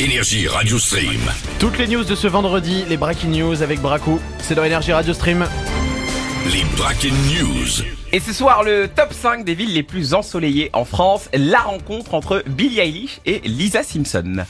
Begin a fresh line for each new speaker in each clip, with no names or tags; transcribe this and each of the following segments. Énergie Radio Stream.
Toutes les news de ce vendredi, les breaking news avec Braco, c'est dans Énergie Radio Stream.
Les Bracken News.
Et ce soir, le top 5 des villes les plus ensoleillées en France, la rencontre entre Billie Eilish et Lisa Simpson.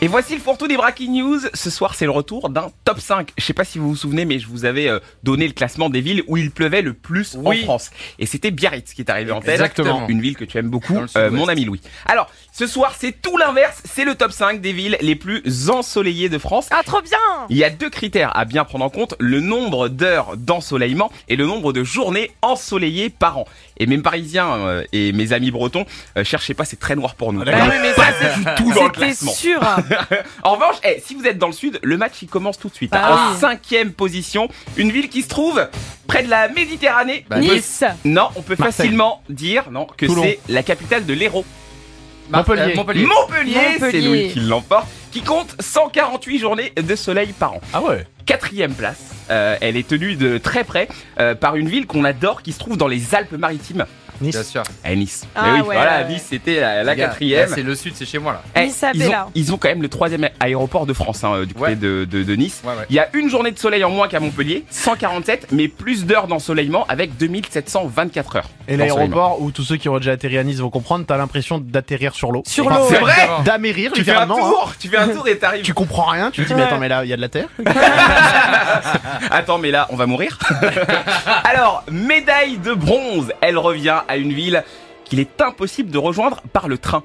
Et voici le fourre-tout des Breaking News. Ce soir, c'est le retour d'un top 5. Je sais pas si vous vous souvenez, mais je vous avais euh, donné le classement des villes où il pleuvait le plus
Oui.
en France. Et c'était Biarritz qui est arrivé en tête.
Exactement.
Une ville que tu aimes beaucoup,
Dans le
euh,
sud-ouest.
mon ami Louis. Alors, ce soir, c'est tout l'inverse. C'est le top 5 des villes les plus ensoleillées de France.
Ah, trop bien
Il y a deux critères à bien prendre en compte, le nombre d'heures d'ensoleillement et le nombre de journées ensoleillées par an. Et même parisiens euh, et mes amis bretons, euh, cherchez pas, c'est très noir pour nous.
Bah oui, mais ça, c'est-
du tout dans le
C'était
classement.
sûr
En revanche, eh, si vous êtes dans le sud, le match il commence tout de suite. hein.
Ah
en
oui.
cinquième position, une ville qui se trouve près de la Méditerranée.
Bah,
Nice
Non, on peut
Marseille.
facilement dire non que
Toulon.
c'est la capitale de l'Hérault.
Montpellier.
euh, Montpellier.
Montpellier, c'est
Montpellier.
Louis qui l'emporte, qui compte 148 journées de soleil par an.
Ah ouais
quatrième place. Euh, elle est tenue de très près euh, par une ville qu'on adore qui se trouve dans les Alpes-Maritimes.
Bien sûr.
À Nice.
Ah
Mais oui,
ouais,
voilà,
ouais, ouais.
Nice c'était la, la
Les gars,
quatrième.
là, C'est le sud, c'est chez moi là.
Eh,
Nice à
ils,
Bella.
ont, ils ont quand même le troisième aéroport de France hein, du côté
Ouais.
de, de- de Nice.
Ouais, ouais.
Il y a une journée de soleil en moins qu'à Montpellier, 147, mais plus d'heures d'ensoleillement avec 2724 heures.
Et
d'ensoleillement.
l'aéroport où tous ceux qui ont déjà atterri à Nice vont comprendre, t'as l'impression d'atterrir sur l'eau.
Sur
Enfin,
l'eau,
C'est
ouais.
vrai
Exactement.
D'amérir
Tu fais un
littéralement. hein.
tour, tu fais un tour et t'arrives.
Tu comprends rien, tu te dis mais attends mais là il y a de la terre.
Attends, mais là, on va mourir. Alors, médaille de bronze, elle revient à une ville qu'il est impossible de rejoindre par le train.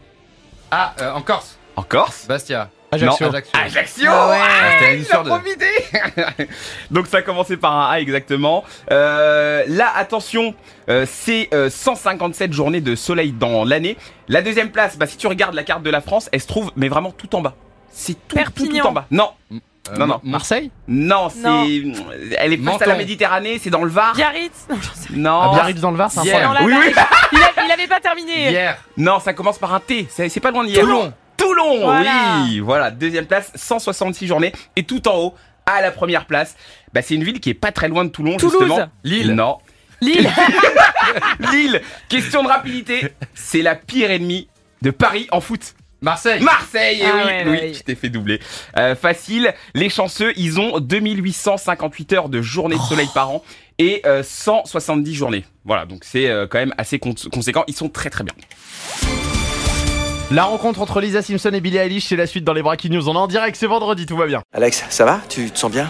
Ah, euh, en Corse.
En Corse
Bastia.
Ajaccio.
Non, Ajaccio.
Ajaccio
Ah ouais.
Ah,
C'était à une
il a
sur deux.
profité Donc ça a commencé par un A exactement. Euh, là, attention, euh, c'est euh, 157 journées de soleil dans l'année. La deuxième place, bah, si tu regardes la carte de la France, elle se trouve mais vraiment tout en bas. C'est tout, tout, tout
Perpignan.
en bas. Non,
Euh,
Non, non.
Mont-
Marseille
non,
Non.
c'est... Elle est face à la
Menton. Ah,
Méditerranée, c'est dans le Var.
Biarritz Non, j'en sais
À
Non.
Biarritz dans le Var, c'est un
Hier.
problème.
rien. Non,
Oui,
là,
oui.
là, Il, a- il avait pas terminé
Hier.
Non, ça commence par un T. C'est c'est pas loin d'hier.
Toulon.
Toulon.
Voilà.
Oui, voilà. Deuxième place, 166 journées. Et tout en haut, à la première place, bah, c'est une ville qui est pas très loin de Toulon,
Toulouse.
justement.
Lille.
Non.
Lille
Lille. Question de rapidité. C'est la pire ennemie de Paris en foot.
Marseille.
Marseille. eh
Ah
oui,
ouais,
Louis,
ouais.
tu t'es fait doubler. Euh, facile. Les chanceux, ils ont 2858 heures de journée de
Oh.
soleil par an. Et euh, 170 journées. Voilà, donc c'est euh, quand même assez cons- conséquent. Ils sont très très bien.
La rencontre entre Lisa Simpson et Billie Eilish, c'est la suite dans les Breaking News. On est en direct, c'est vendredi, tout va bien.
Alex, ça va Tu te sens bien